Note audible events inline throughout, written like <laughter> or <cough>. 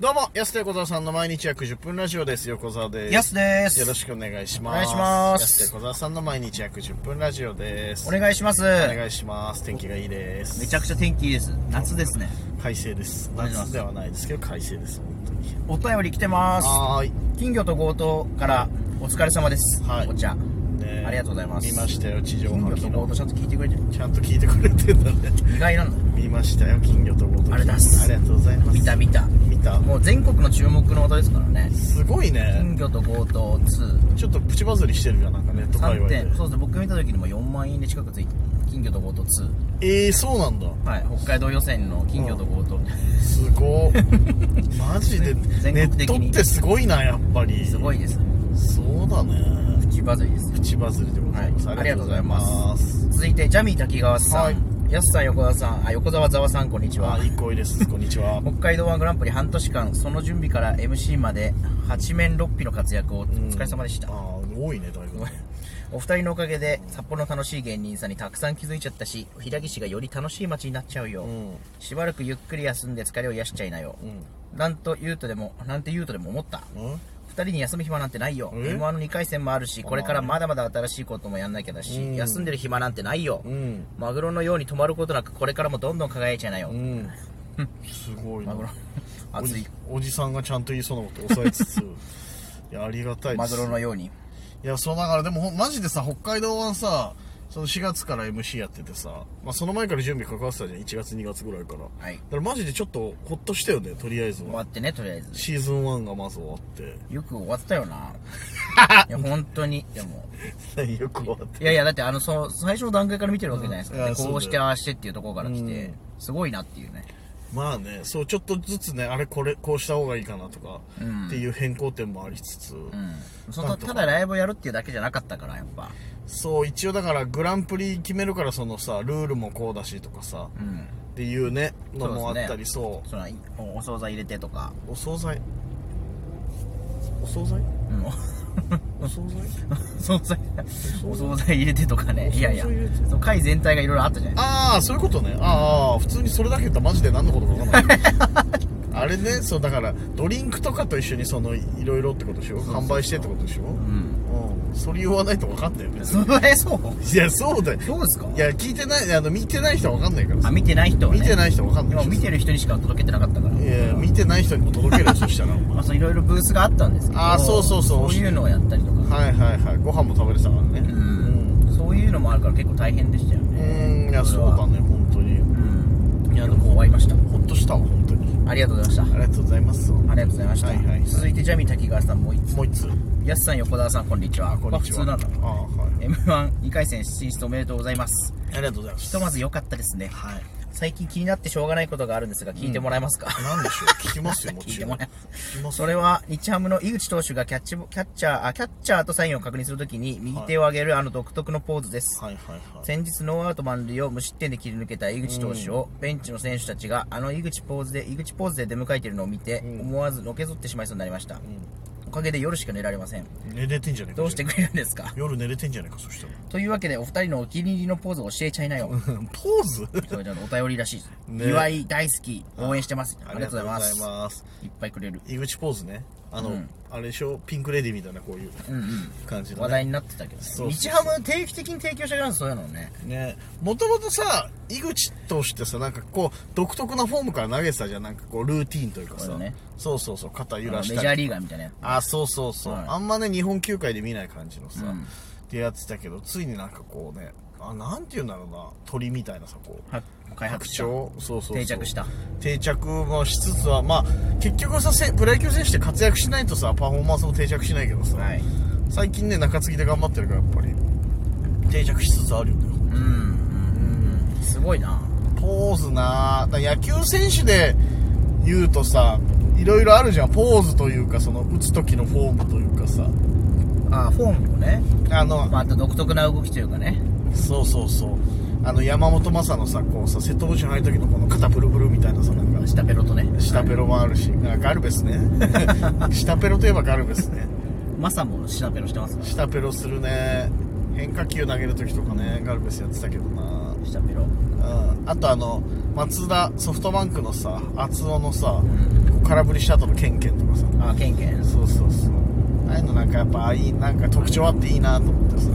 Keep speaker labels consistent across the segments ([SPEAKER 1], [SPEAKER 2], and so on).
[SPEAKER 1] どうも、安手小沢さんの毎日約10分ラジオです。横澤です。
[SPEAKER 2] やすです。
[SPEAKER 1] よろしくお願いします。
[SPEAKER 2] お願いします
[SPEAKER 1] 安手小沢さんの毎日約10分ラジオです。
[SPEAKER 2] お願いします。
[SPEAKER 1] お願いします。天気がいいです。
[SPEAKER 2] めちゃくちゃ天気いいです。夏ですね。
[SPEAKER 1] 快晴です。
[SPEAKER 2] 願いします
[SPEAKER 1] 夏ではないですけど、快晴です。本当に。
[SPEAKER 2] お便り来てます。
[SPEAKER 1] はーい。
[SPEAKER 2] 金魚と強盗からお疲れ様です。
[SPEAKER 1] はい
[SPEAKER 2] お茶。
[SPEAKER 1] ね
[SPEAKER 2] ありがとうございます
[SPEAKER 1] 見ましたよ、地上
[SPEAKER 2] 金
[SPEAKER 1] 波
[SPEAKER 2] 魚と強盗ちゃんと聞いてくれてる。
[SPEAKER 1] ちゃんと聞いてくれてたね。
[SPEAKER 2] <laughs> 意外なんだ。
[SPEAKER 1] 見ましたよ、金魚とボート。
[SPEAKER 2] ありがとうございます
[SPEAKER 1] ありがとうございます。
[SPEAKER 2] 見た見た。
[SPEAKER 1] 見た。
[SPEAKER 2] もう全国の注目の音ですからね。
[SPEAKER 1] すごいね。
[SPEAKER 2] 金魚と強盗
[SPEAKER 1] ちょっとプチバズりしてるがなんかネット
[SPEAKER 2] 2。
[SPEAKER 1] 界
[SPEAKER 2] 3
[SPEAKER 1] 隈で
[SPEAKER 2] 点。。そうですね。僕見た時にも4万円で近くついてる金魚と強盗2。
[SPEAKER 1] えー、そうなんだ。
[SPEAKER 2] はい。北海道予選の金魚と強盗。
[SPEAKER 1] すご
[SPEAKER 2] <laughs>
[SPEAKER 1] っマジで
[SPEAKER 2] 全
[SPEAKER 1] ネ
[SPEAKER 2] 国
[SPEAKER 1] ッ
[SPEAKER 2] 的
[SPEAKER 1] ト
[SPEAKER 2] に
[SPEAKER 1] ってすごいなやっぱり
[SPEAKER 2] すごいです。
[SPEAKER 1] そうだね
[SPEAKER 2] 口バズりです。
[SPEAKER 1] プチバズりでございます、
[SPEAKER 2] はいありがとうございます続いて、ジャミー滝川さん。
[SPEAKER 1] は
[SPEAKER 2] はいい。安さん、横田さん、あ、横澤ざわさん、こんにちは。
[SPEAKER 1] あいい声ですこんにち
[SPEAKER 2] <laughs>
[SPEAKER 1] は
[SPEAKER 2] 北海道ワングランプリ半年間その準備から MC まで8面6匹の活躍をお疲れ様でした、
[SPEAKER 1] あー多いねだいぶね
[SPEAKER 2] お二人のおかげで札幌の楽しい芸人さんにたくさん気づいちゃったし平岸がより楽しい街になっちゃうよ、
[SPEAKER 1] うん
[SPEAKER 2] しばらくゆっくり休んで疲れを癒しちゃいなよ、なんと言うとでもなんて言うとでも思った
[SPEAKER 1] うん
[SPEAKER 2] 二人に休む暇なんてないよ
[SPEAKER 1] え
[SPEAKER 2] m 1の2回戦もあるしこれからまだまだ新しいこともやんなきゃだし、
[SPEAKER 1] うん
[SPEAKER 2] 休んでる暇なんてないよ、
[SPEAKER 1] うん
[SPEAKER 2] マグロのように止まることなくこれからもどんどん輝いちゃいなよ、
[SPEAKER 1] うんすごいな <laughs>
[SPEAKER 2] マグロ
[SPEAKER 1] お
[SPEAKER 2] 熱
[SPEAKER 1] じ
[SPEAKER 2] い
[SPEAKER 1] おじさんがちゃんと言いそうなこと抑え
[SPEAKER 2] <laughs>
[SPEAKER 1] つついやありがたいです
[SPEAKER 2] マグロのように
[SPEAKER 1] いや、そうだから、でもほん、マジでさ、北海道はさ、その4月から MC やっててさ、まあその前から準備関わってたじゃん、1月2月ぐらいから。
[SPEAKER 2] はい
[SPEAKER 1] だからマジでちょっとほっとしたよね、とりあえず
[SPEAKER 2] 終わ
[SPEAKER 1] は。
[SPEAKER 2] ってねとりあえず
[SPEAKER 1] シーズン1がまず終わって。
[SPEAKER 2] よく終わったよ
[SPEAKER 1] <laughs>
[SPEAKER 2] ないや本当にでも
[SPEAKER 1] 何よく終わって。
[SPEAKER 2] いやいやだってあのその最初の段階から見てるわけじゃないです
[SPEAKER 1] うんい
[SPEAKER 2] か、
[SPEAKER 1] や
[SPEAKER 2] でこう
[SPEAKER 1] そ
[SPEAKER 2] して
[SPEAKER 1] うだよ
[SPEAKER 2] ああしてっていうところから来て、
[SPEAKER 1] うん
[SPEAKER 2] すごいなっていうね
[SPEAKER 1] まあね、そう、ちょっとずつね、あれこれ、こうした方がいいかなとか、
[SPEAKER 2] うん
[SPEAKER 1] っていう変更点もありつつ、
[SPEAKER 2] うんそ
[SPEAKER 1] な
[SPEAKER 2] の
[SPEAKER 1] んと
[SPEAKER 2] た
[SPEAKER 1] か
[SPEAKER 2] だライブをやるっていうだけじゃなかったからやっぱ
[SPEAKER 1] そう、一応だからグランプリ決めるからそのさ、ルールもこうだしとかさ、
[SPEAKER 2] うん
[SPEAKER 1] っていうね、のもあ
[SPEAKER 2] そうですね
[SPEAKER 1] ったり、そう。
[SPEAKER 2] そのいおお惣菜入れてとか、
[SPEAKER 1] お惣菜。お惣菜
[SPEAKER 2] うん、
[SPEAKER 1] お惣菜
[SPEAKER 2] お惣菜お惣菜入れてとかねいやいや
[SPEAKER 1] お惣菜入れて
[SPEAKER 2] その会全体がいろいろあったじゃない
[SPEAKER 1] ああそういうことねああ普通にそれだけ言ったらマジで何のことか分
[SPEAKER 2] <laughs>
[SPEAKER 1] かんないあれねそうだからドリンクとかと一緒にそのいろいろってことでしょ
[SPEAKER 2] そうそう
[SPEAKER 1] 販売してってことでしょ
[SPEAKER 2] うん
[SPEAKER 1] うんそれ言わないと分かんないよ別に
[SPEAKER 2] それそう
[SPEAKER 1] いやそうだよ
[SPEAKER 2] どうですか
[SPEAKER 1] いや聞いてないあの見てない人は分かんないから
[SPEAKER 2] あ
[SPEAKER 1] さ
[SPEAKER 2] 見てない人は、ね、
[SPEAKER 1] 見てない人は分かん
[SPEAKER 2] で
[SPEAKER 1] な
[SPEAKER 2] も
[SPEAKER 1] い
[SPEAKER 2] 見てる人にしか届けてなかったから
[SPEAKER 1] いや見てない人にも届け
[SPEAKER 2] <laughs>
[SPEAKER 1] るよそしたらお前
[SPEAKER 2] まあ、そういろいろブースがあったんですけど
[SPEAKER 1] あーそうそうそう
[SPEAKER 2] そういうのをやったりとか、
[SPEAKER 1] はいはいはいご飯も食べれてたからねう
[SPEAKER 2] うん、そういうのもあるから結構大変でしたよ
[SPEAKER 1] う
[SPEAKER 2] ね
[SPEAKER 1] ーんいやそうだね本当に
[SPEAKER 2] うんいやでも終わりました
[SPEAKER 1] ほっとしたわ本当に
[SPEAKER 2] ありがとうございまし
[SPEAKER 1] ありがとうございます
[SPEAKER 2] たありがとうございました、
[SPEAKER 1] はいはいはい
[SPEAKER 2] 続いてジャミー滝川さんもう一つ
[SPEAKER 1] もう一つ
[SPEAKER 2] やすさん横澤さんこんにちは
[SPEAKER 1] あこんにちは
[SPEAKER 2] まあ普通なんだ
[SPEAKER 1] ああはい
[SPEAKER 2] m 1 2回戦進出おめでとうございます
[SPEAKER 1] ありがとうございます
[SPEAKER 2] ひとまず良かったですね
[SPEAKER 1] はい
[SPEAKER 2] 最近気になってしょうがないことがあるんですが聞いてもらえますか、
[SPEAKER 1] なんでしょう聞きますよ、も
[SPEAKER 2] 聞い
[SPEAKER 1] ち
[SPEAKER 2] て
[SPEAKER 1] ろん。
[SPEAKER 2] も
[SPEAKER 1] <laughs> 聞
[SPEAKER 2] ら
[SPEAKER 1] きます
[SPEAKER 2] それは、日ハムの井口投手がキャッチボ、キャッチャー、あ、キャッチャーとサインを確認するときに、右手を上げるあの独特のポーズです。
[SPEAKER 1] はいはいはい。
[SPEAKER 2] 先日ノーアウト満塁を無失点で切り抜けた井口投手を、ベンチの選手たちがあの井口ポーズで井口ポーズで出迎えているのを見て、
[SPEAKER 1] ん
[SPEAKER 2] 思わずのけぞってしまいそうになりました、おかげで夜しか寝られません
[SPEAKER 1] 寝れてんじゃねえか。
[SPEAKER 2] どうしてくれるんですか
[SPEAKER 1] 夜寝れてんじゃねえか、そしたら。
[SPEAKER 2] というわけでお二人のお気に入りのポーズを教えちゃいなよ
[SPEAKER 1] <laughs> ポーズ
[SPEAKER 2] それじゃあお便りらしいです、
[SPEAKER 1] ね
[SPEAKER 2] 岩井大好き応援してますありがとうございますい
[SPEAKER 1] ます。
[SPEAKER 2] っぱいくれる
[SPEAKER 1] 井口ポーズね。あの
[SPEAKER 2] うん、
[SPEAKER 1] あれでしょ、ピンクレディーみたいなこういう
[SPEAKER 2] うんうん
[SPEAKER 1] 感じのね。
[SPEAKER 2] 話題になってたけどね
[SPEAKER 1] そうそうそう
[SPEAKER 2] 日ハム定期的に提供してくれるんですそういうのをね
[SPEAKER 1] ねもともとさ、井口投手ってさ、なんかこう、独特なフォームから投げてたじゃん。なんかこう、ルーティーンというか
[SPEAKER 2] こ
[SPEAKER 1] さ
[SPEAKER 2] れね。
[SPEAKER 1] そうそうそう、肩
[SPEAKER 2] あ
[SPEAKER 1] 揺
[SPEAKER 2] の
[SPEAKER 1] ら
[SPEAKER 2] メ
[SPEAKER 1] し
[SPEAKER 2] ジ
[SPEAKER 1] たり
[SPEAKER 2] ャーリーガーみたいなやつ
[SPEAKER 1] あそうそうそう、
[SPEAKER 2] はい
[SPEAKER 1] あんまね日本球界で見ない感じのさ、
[SPEAKER 2] うん
[SPEAKER 1] ってやつだけどついになんかこうねあなんて言うんだろうな鳥みたいなさこう
[SPEAKER 2] は開発した
[SPEAKER 1] 白鳥そうそうそう
[SPEAKER 2] 定着した
[SPEAKER 1] 定着もしつつはまあ結局させプロ野球選手って活躍しないとさパフォーマンスも定着しないけどさ、
[SPEAKER 2] はい
[SPEAKER 1] 最近ね中継ぎで頑張ってるからやっぱり定着しつつあるんだよ
[SPEAKER 2] うんうんうんすごいな
[SPEAKER 1] ポーズなだから野球選手で言うとさいろいろあるじゃんポーズというかその打つ時のフォームというかさ
[SPEAKER 2] あフォームもね、
[SPEAKER 1] あの、
[SPEAKER 2] まあ、あと独特な動きというかね
[SPEAKER 1] そうそうそうあの山本昌のさこうさ瀬戸内入る時のこの肩プルプルみたいなさなんか
[SPEAKER 2] 下ペロとね
[SPEAKER 1] 下ペロもあるしあガルベスね下ペロといえばガルベスね
[SPEAKER 2] マサも下ペロしてますか
[SPEAKER 1] 下ペロするね変化球投げる時とかねガルベスやってたけどな
[SPEAKER 2] ら下ペロ
[SPEAKER 1] うんあとあの松田ソフトバンクのさ厚尾のさ空振りした後のケンケンとかさ
[SPEAKER 2] あケンケン
[SPEAKER 1] そうそうそうああいうのなんかやっぱああいいなんか特徴あっていいなと思ってさ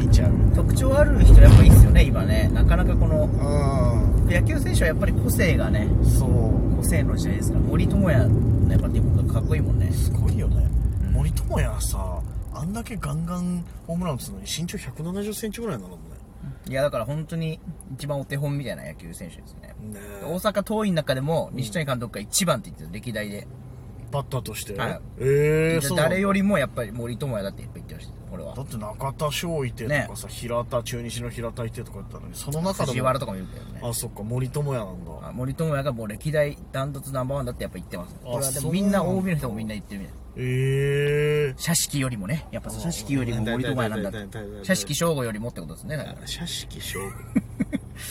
[SPEAKER 1] 見ちゃう
[SPEAKER 2] 特徴ある人やっぱいいっすよね今ねなかなかこの
[SPEAKER 1] う
[SPEAKER 2] 野球選手はやっぱり個性がね
[SPEAKER 1] んそう
[SPEAKER 2] 個性の時代ですから森友哉のやっぱでもかっこいいもんね
[SPEAKER 1] すごいよね、
[SPEAKER 2] うん
[SPEAKER 1] 森友哉はさあんだけガンガンホームラン打つのに身長1 7 0センチぐらいなのもんね
[SPEAKER 2] いやだから本当に一番お手本みたいな野球選手ですね
[SPEAKER 1] ねえ
[SPEAKER 2] 大阪桐蔭の中でも西谷監督が一番って言ってた歴代で、
[SPEAKER 1] バッターとして、
[SPEAKER 2] はい
[SPEAKER 1] ええー、そうなんだ
[SPEAKER 2] 誰よりもやっぱり森友哉だってやっぱ言ってましたこれは
[SPEAKER 1] だって中田翔いてとかさ、平田中日の平田いてとか言ったのにその中で
[SPEAKER 2] 藤
[SPEAKER 1] も
[SPEAKER 2] 原とかも言ってたよね
[SPEAKER 1] あそっか森友哉なんだ
[SPEAKER 2] あ森友哉がもう歴代ダントツナンバーワンだってやっぱ言ってますこれは
[SPEAKER 1] そ
[SPEAKER 2] で
[SPEAKER 1] う
[SPEAKER 2] もみんな OB の人もみんな言ってるみたい
[SPEAKER 1] ええ
[SPEAKER 2] 社式よりもねやっぱそう社式よりも森友哉なんだって社式省吾よりもってことですねだから
[SPEAKER 1] ー、社式翔 <laughs>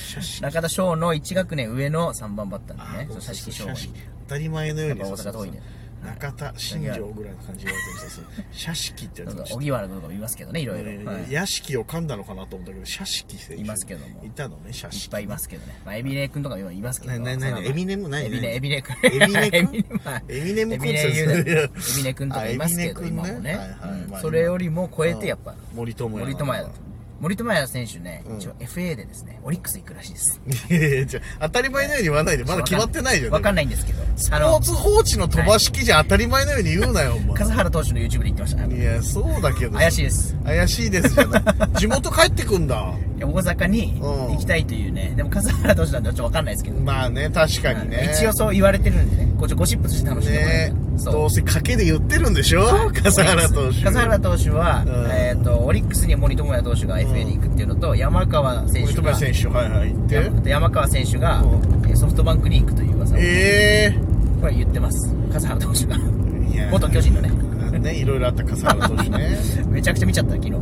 [SPEAKER 1] 社式
[SPEAKER 2] 中田翔の1学年上の3番バッター
[SPEAKER 1] あ
[SPEAKER 2] なん
[SPEAKER 1] ー
[SPEAKER 2] でねそう
[SPEAKER 1] そ
[SPEAKER 2] 社
[SPEAKER 1] うそう
[SPEAKER 2] 式省
[SPEAKER 1] そう社
[SPEAKER 2] 吾に
[SPEAKER 1] 式当たり前のように
[SPEAKER 2] やっぱ
[SPEAKER 1] そうそう
[SPEAKER 2] 大阪遠いね
[SPEAKER 1] そう中田新庄ぐらいの感じで言われてるさそう社式ってや
[SPEAKER 2] そう
[SPEAKER 1] つ
[SPEAKER 2] そう
[SPEAKER 1] も知って
[SPEAKER 2] 荻原君とかもいますけどねいろいろ、
[SPEAKER 1] え
[SPEAKER 2] はい
[SPEAKER 1] ー屋敷を噛んだのかなと思ったけど社式選手
[SPEAKER 2] いますけども
[SPEAKER 1] いたのね社
[SPEAKER 2] い
[SPEAKER 1] 式
[SPEAKER 2] っぱいいますけどね。まあ、エミネ君とかも今いますけ
[SPEAKER 1] な
[SPEAKER 2] ど。
[SPEAKER 1] なな
[SPEAKER 2] そのまま
[SPEAKER 1] エミネム何
[SPEAKER 2] エミネ、
[SPEAKER 1] 何
[SPEAKER 2] <laughs> エミネ君。
[SPEAKER 1] エミネ君
[SPEAKER 2] はい
[SPEAKER 1] エミネム
[SPEAKER 2] エ
[SPEAKER 1] コン
[SPEAKER 2] ミ
[SPEAKER 1] セ
[SPEAKER 2] ネ
[SPEAKER 1] プト
[SPEAKER 2] ユダエ
[SPEAKER 1] いや
[SPEAKER 2] ミネ君とかいますけど、
[SPEAKER 1] あエミネ
[SPEAKER 2] 今
[SPEAKER 1] 君ね
[SPEAKER 2] も
[SPEAKER 1] はい
[SPEAKER 2] ね
[SPEAKER 1] はい。
[SPEAKER 2] うん
[SPEAKER 1] まあ
[SPEAKER 2] それよりも超えて、やっぱ、
[SPEAKER 1] 森友哉
[SPEAKER 2] 森友哉だと。森友哉選手ね
[SPEAKER 1] う、ん
[SPEAKER 2] 一応 FA でですね、オリックス行くらしいです。
[SPEAKER 1] いやいやじゃあ当たり前のように言わないでまだ決まってないじゃん
[SPEAKER 2] わかん
[SPEAKER 1] ない
[SPEAKER 2] ないんですけど。
[SPEAKER 1] スポ
[SPEAKER 2] あ
[SPEAKER 1] ー
[SPEAKER 2] の、
[SPEAKER 1] ツ報知の飛ばし記事当たり前のように言うなよお
[SPEAKER 2] <laughs>
[SPEAKER 1] 前
[SPEAKER 2] 笠原投手の YouTube で言ってました。
[SPEAKER 1] いやそうだけど
[SPEAKER 2] 怪しいです。
[SPEAKER 1] 怪しいですじゃない地元帰ってくんだ
[SPEAKER 2] いや大阪に行きたいというね、でも笠原投手なんでちょっとわかんないですけど。
[SPEAKER 1] まあね確かにね
[SPEAKER 2] 一応そう言われてるんでね、こっちゴシップとして楽しんでもら
[SPEAKER 1] ね
[SPEAKER 2] えたらそう
[SPEAKER 1] どうせ賭けで言ってるんでしょ笠原投手
[SPEAKER 2] 笠原投手は、
[SPEAKER 1] うん
[SPEAKER 2] えー、とオリックスに森友哉投手が FA に行くっていうのと、山川選
[SPEAKER 1] 森
[SPEAKER 2] 手
[SPEAKER 1] 友
[SPEAKER 2] が
[SPEAKER 1] 哉選手はいはい言って
[SPEAKER 2] 山山川選手が、
[SPEAKER 1] う
[SPEAKER 2] えーソフトバンクに行くという噂を
[SPEAKER 1] え
[SPEAKER 2] これ言ってます笠原投手
[SPEAKER 1] <laughs>
[SPEAKER 2] が
[SPEAKER 1] えーいや
[SPEAKER 2] 元巨人のね
[SPEAKER 1] ねいろいろあった笠原投手
[SPEAKER 2] <laughs>
[SPEAKER 1] ね
[SPEAKER 2] めちゃくちゃ見ちゃった昨日
[SPEAKER 1] いや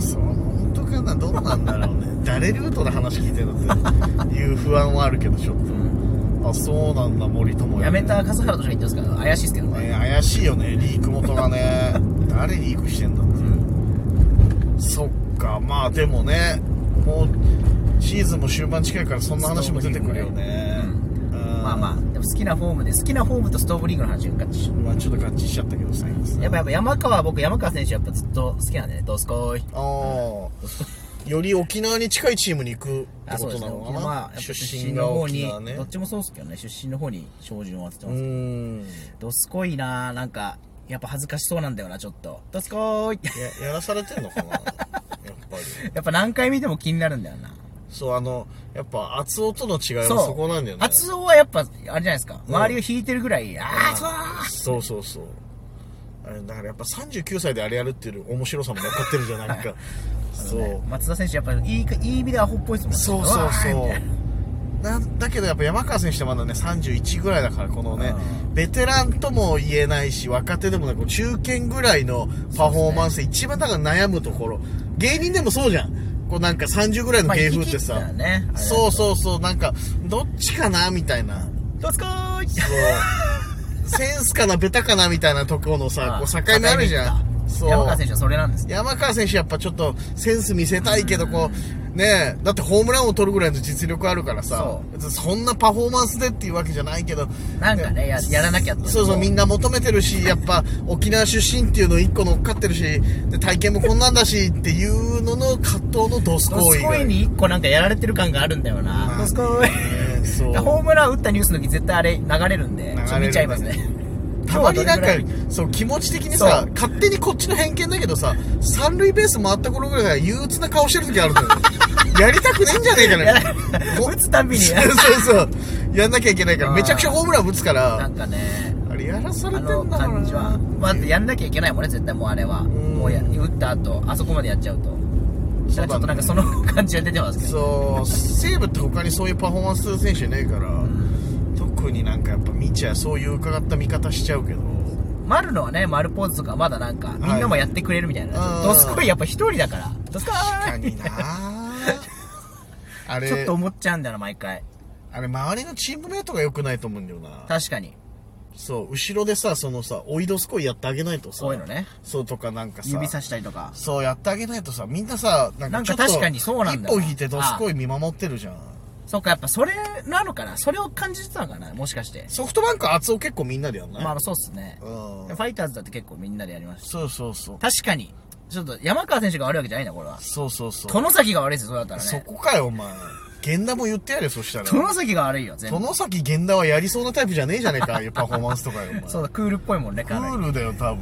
[SPEAKER 1] そう本当かなどうなんだろうね誰ルートで話聞いてるのっていう不安はあるけどちょっとあそうなんだ森友哉
[SPEAKER 2] やめた笠原投手が言ってますから怪しいですけどね、
[SPEAKER 1] ね怪しいよねリーク元がね誰リークしてんだってそっかまあでもねもうシーズンも終盤近いからそんな話も出てくるよね
[SPEAKER 2] ストーブ
[SPEAKER 1] うん
[SPEAKER 2] まあまあでも好きなフォームで好きなフォームとストーブリーグの話が合致し
[SPEAKER 1] まあちょっと合致しちゃったけどさ
[SPEAKER 2] やっぱやっぱ山川僕山川選手やっぱずっと好きなんでねどうすこーい
[SPEAKER 1] ああより沖縄に近いチームに行くって
[SPEAKER 2] あ
[SPEAKER 1] こ
[SPEAKER 2] そう
[SPEAKER 1] と
[SPEAKER 2] です
[SPEAKER 1] な
[SPEAKER 2] ね
[SPEAKER 1] の
[SPEAKER 2] 沖
[SPEAKER 1] か
[SPEAKER 2] 縄
[SPEAKER 1] な、
[SPEAKER 2] まあやっぱ出身の
[SPEAKER 1] が
[SPEAKER 2] 方
[SPEAKER 1] 沖
[SPEAKER 2] に、
[SPEAKER 1] 縄ね
[SPEAKER 2] どっちもそうですけどね出身の方に照準を当てて
[SPEAKER 1] う
[SPEAKER 2] ますから
[SPEAKER 1] ーん
[SPEAKER 2] どすこいななんか、やっぱ恥ずかしそうなんだよな、ちょっと。どすこーい
[SPEAKER 1] ややらされてんのかな <laughs> やっぱり
[SPEAKER 2] <laughs> やっぱ何回見ても気になるんだよな。
[SPEAKER 1] そうあのやっぱ厚音との違いはそこなんだよね
[SPEAKER 2] 厚尾はやっぱ、あれじゃないですか。
[SPEAKER 1] うん
[SPEAKER 2] 周りを引いてるぐらい、あー、そう
[SPEAKER 1] そうそうそうあれだからやっぱ39歳であれやるっていう面白さも分かってるじゃ <laughs> んないかそう、
[SPEAKER 2] 松田選手、やっぱりいいか、いい意味でアホっぽいですもん
[SPEAKER 1] そう
[SPEAKER 2] ね。
[SPEAKER 1] そう
[SPEAKER 2] わーみた
[SPEAKER 1] そ
[SPEAKER 2] いな
[SPEAKER 1] うなんだけどやっぱ山川選手ってまだね31ぐらいだからこのね
[SPEAKER 2] う
[SPEAKER 1] ベテランとも言えないし若手でもなく中堅ぐらいのパフォーマンスで一番だから悩むところ芸人でもそうじゃんこうなんか30ぐらいの
[SPEAKER 2] まあ
[SPEAKER 1] 芸風ってさ、
[SPEAKER 2] 生き切ったよねあれだと
[SPEAKER 1] そうそうそうなんかどっちかなみたいな
[SPEAKER 2] どすこーい
[SPEAKER 1] そう。センスかな、ベタかなみたいなところのさ、こう境目あるじゃ
[SPEAKER 2] 境目
[SPEAKER 1] ん。
[SPEAKER 2] か
[SPEAKER 1] そう。
[SPEAKER 2] 山川選手はそれなんですよ。
[SPEAKER 1] 山川選手やっぱちょっとセンス見せたいけど、こう、ねえ、だってホームランを取るぐらいの実力あるからさ
[SPEAKER 2] そ、
[SPEAKER 1] 別にそんなパフォーマンスでっていうわけじゃないけど、
[SPEAKER 2] なんかね、ややらなきゃって。
[SPEAKER 1] そうそう、みんな求めてるし、やっぱ沖縄出身っていうの一個乗っかってるし、で体験もこんなんだしっていうのの葛藤のドスコ
[SPEAKER 2] ど
[SPEAKER 1] イ
[SPEAKER 2] すこいに一個なんかやられてる感があるんだよな。どすこ
[SPEAKER 1] <laughs>
[SPEAKER 2] ーい。
[SPEAKER 1] そう。
[SPEAKER 2] ホームラン打ったニュースの時絶対あれ流れるんで、ちょっと見ちゃいますね。
[SPEAKER 1] たまになんか
[SPEAKER 2] 今日はどれぐらい
[SPEAKER 1] そう気持ち的にさ
[SPEAKER 2] そう
[SPEAKER 1] 勝手にこっちの偏見だけどさ三塁ベース回った頃ぐらいが憂鬱な顔してる時あるの
[SPEAKER 2] <laughs>
[SPEAKER 1] よやりたくねえんじゃねえか
[SPEAKER 2] いや
[SPEAKER 1] なも
[SPEAKER 2] 打つたんびに
[SPEAKER 1] そうそうそうやんなきゃいけないから
[SPEAKER 2] うん
[SPEAKER 1] めちゃくちゃホームラン打つか
[SPEAKER 2] な
[SPEAKER 1] ら
[SPEAKER 2] んかね、
[SPEAKER 1] あれやらされ
[SPEAKER 2] あ
[SPEAKER 1] てんだろう
[SPEAKER 2] の
[SPEAKER 1] な
[SPEAKER 2] 感じは。まあ、だってやんなきゃいけないもんね、絶対もうあれは。
[SPEAKER 1] ん
[SPEAKER 2] もうや、打った後、あそこまでやっちゃうと。
[SPEAKER 1] そうだね
[SPEAKER 2] だからちょっとなんかその感じが出てますけど。
[SPEAKER 1] そう西武って他にそういうパフォーマンスする選手いないから、特になんかやっぱ見ちゃうそういう伺った見方しちゃうけ
[SPEAKER 2] <laughs>
[SPEAKER 1] ど
[SPEAKER 2] 丸のはね、丸ポーズとかまだなんか、みんなもやってくれるみたいな。
[SPEAKER 1] うん
[SPEAKER 2] どすこいやっぱ一人だから。どすこ
[SPEAKER 1] 確か
[SPEAKER 2] い
[SPEAKER 1] になあれ
[SPEAKER 2] ちょっと思っちゃうんだよな、毎回。
[SPEAKER 1] あれ周りのチームメイトが良くないと思うんだよな
[SPEAKER 2] 確かに。
[SPEAKER 1] そう、後ろでさ、そのさ、おいどすこいやってあげないとさ。
[SPEAKER 2] そういうのね。
[SPEAKER 1] そうとかなんかさ。
[SPEAKER 2] 指さしたりとか。
[SPEAKER 1] そう、やってあげないとさ、みんなさ、なん
[SPEAKER 2] な
[SPEAKER 1] か
[SPEAKER 2] ん
[SPEAKER 1] ちょ
[SPEAKER 2] か
[SPEAKER 1] っと
[SPEAKER 2] 確かにそうなんだ
[SPEAKER 1] 一歩引いてどすこい見守ってるじゃん。
[SPEAKER 2] そっか、やっぱそれなのかなそれを感じてたのかなもしかして。
[SPEAKER 1] ソフトバンク厚を結構みんなでやんない、
[SPEAKER 2] まあ、そうっすね。
[SPEAKER 1] うん
[SPEAKER 2] ファイターズだって結構みんなでやりまし
[SPEAKER 1] そうそうそう
[SPEAKER 2] た。確かに。ちょっと、山川選手が悪いわけじゃないな、これは。
[SPEAKER 1] そうそうそう
[SPEAKER 2] 殿崎が悪いですよ、そうだったら
[SPEAKER 1] そ
[SPEAKER 2] ね。
[SPEAKER 1] こかよお前源田も言ってやれそしたら
[SPEAKER 2] 殿崎が悪いよ、全部。
[SPEAKER 1] 殿崎源田はやりそうなタイプじゃねえじゃねえ
[SPEAKER 2] <laughs>
[SPEAKER 1] かああいうパフォーマンスとかよお前
[SPEAKER 2] そうだ、クールっぽいもんね、
[SPEAKER 1] ク
[SPEAKER 2] かなり。
[SPEAKER 1] ールだよ多分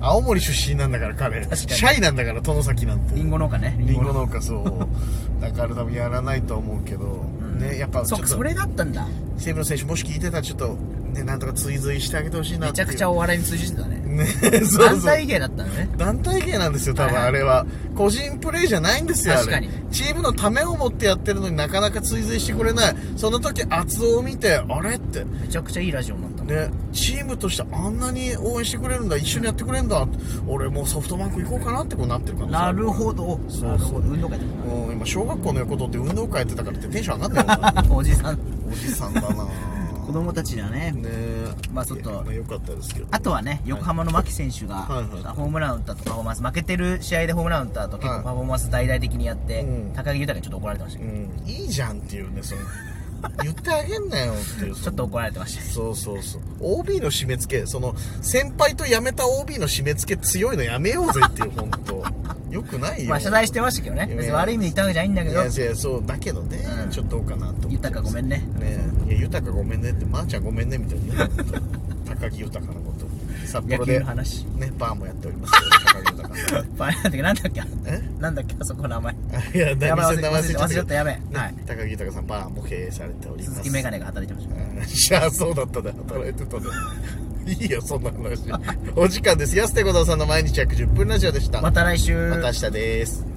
[SPEAKER 1] 青森出身なんだから彼
[SPEAKER 2] かに
[SPEAKER 1] シャイなんだから殿崎なんて
[SPEAKER 2] リンゴ農家ね。
[SPEAKER 1] リンゴ農家そうだから多分やらないと思うけど、ねやっぱち
[SPEAKER 2] そ
[SPEAKER 1] ょ
[SPEAKER 2] っ
[SPEAKER 1] っと
[SPEAKER 2] か、それだったんだ。
[SPEAKER 1] 西武の選手もし聞いてたらちょっとねなんとか追随してあげてほしいな
[SPEAKER 2] め
[SPEAKER 1] っ
[SPEAKER 2] ち
[SPEAKER 1] ていう
[SPEAKER 2] ゃくちゃお笑いに通じてたね。
[SPEAKER 1] ねそうそう
[SPEAKER 2] 団体芸だったのね。
[SPEAKER 1] 団体芸なんですよ多分
[SPEAKER 2] はいはい
[SPEAKER 1] あれは、個人プレーじゃないんですよあれ
[SPEAKER 2] 確かに
[SPEAKER 1] チームのためを持ってやってるのになかなか追随してくれないその時厚尾を見てあれって
[SPEAKER 2] めちゃくちゃいいラジオになったもん。
[SPEAKER 1] ねチームとしてあんなに応援してくれるんだ一緒にやってくれるんだ俺もうソフトバンク行こうかなってこうなってるから
[SPEAKER 2] なるほど。
[SPEAKER 1] そう
[SPEAKER 2] なるほど。運動会だったな
[SPEAKER 1] うん、今小学校の横通って運動会やってたからってテンション上がったよな
[SPEAKER 2] <laughs> おじさん、
[SPEAKER 1] おじさんだな
[SPEAKER 2] <laughs>
[SPEAKER 1] ね
[SPEAKER 2] 子供たちだね。
[SPEAKER 1] え
[SPEAKER 2] まあちょっと
[SPEAKER 1] いやまあよかったですけど
[SPEAKER 2] あとはね、横浜の牧選手が、
[SPEAKER 1] はいはい
[SPEAKER 2] ホームラン打ったとパフォーマンス、負けてる試合でホームラン打ったと結
[SPEAKER 1] は
[SPEAKER 2] 構
[SPEAKER 1] い
[SPEAKER 2] パフォーマンス大々的にやって、
[SPEAKER 1] うん
[SPEAKER 2] 高木豊にちょっと怒られてました
[SPEAKER 1] う
[SPEAKER 2] けど、
[SPEAKER 1] んいいじゃんっていうねその言ってあげんなよっていう
[SPEAKER 2] ちょっと怒られてました。
[SPEAKER 1] そうそうそう OB の締め付けその先輩と辞めた OB の締め付け強いのやめようぜっていう本
[SPEAKER 2] <laughs>
[SPEAKER 1] 当よくないよ、
[SPEAKER 2] まあ謝罪してましたけどね。
[SPEAKER 1] いや
[SPEAKER 2] 別に悪い意味で言ったわけじゃないんだけ
[SPEAKER 1] い
[SPEAKER 2] ど
[SPEAKER 1] や、いやそうだけどね、
[SPEAKER 2] うん
[SPEAKER 1] ちょっとどうかなと思って
[SPEAKER 2] 豊かごめんね。
[SPEAKER 1] ねいや豊かごめんねってまー、ちゃんごめんねみたいな高木豊かのこと札
[SPEAKER 2] 野
[SPEAKER 1] 幌
[SPEAKER 2] 球
[SPEAKER 1] で
[SPEAKER 2] の話。 <laughs>
[SPEAKER 1] ねバーもやっておりますけど高木豊
[SPEAKER 2] あれなんだっけ、なんだっけ、 <laughs>
[SPEAKER 1] え
[SPEAKER 2] なんだっけ、あそこの名前。
[SPEAKER 1] <laughs> いや
[SPEAKER 2] やばい
[SPEAKER 1] 店の名前
[SPEAKER 2] 忘れ忘れちゃったやべえ
[SPEAKER 1] ね
[SPEAKER 2] はい
[SPEAKER 1] 高木豊さんバーも経営されております
[SPEAKER 2] 鈴木
[SPEAKER 1] <laughs>
[SPEAKER 2] メガネが働いてました。
[SPEAKER 1] じゃあそうだったで働いてたで <laughs> いいよそんな話お時間です安手小僧さんの毎日約10分ラジオでした
[SPEAKER 2] また来週。
[SPEAKER 1] また明日です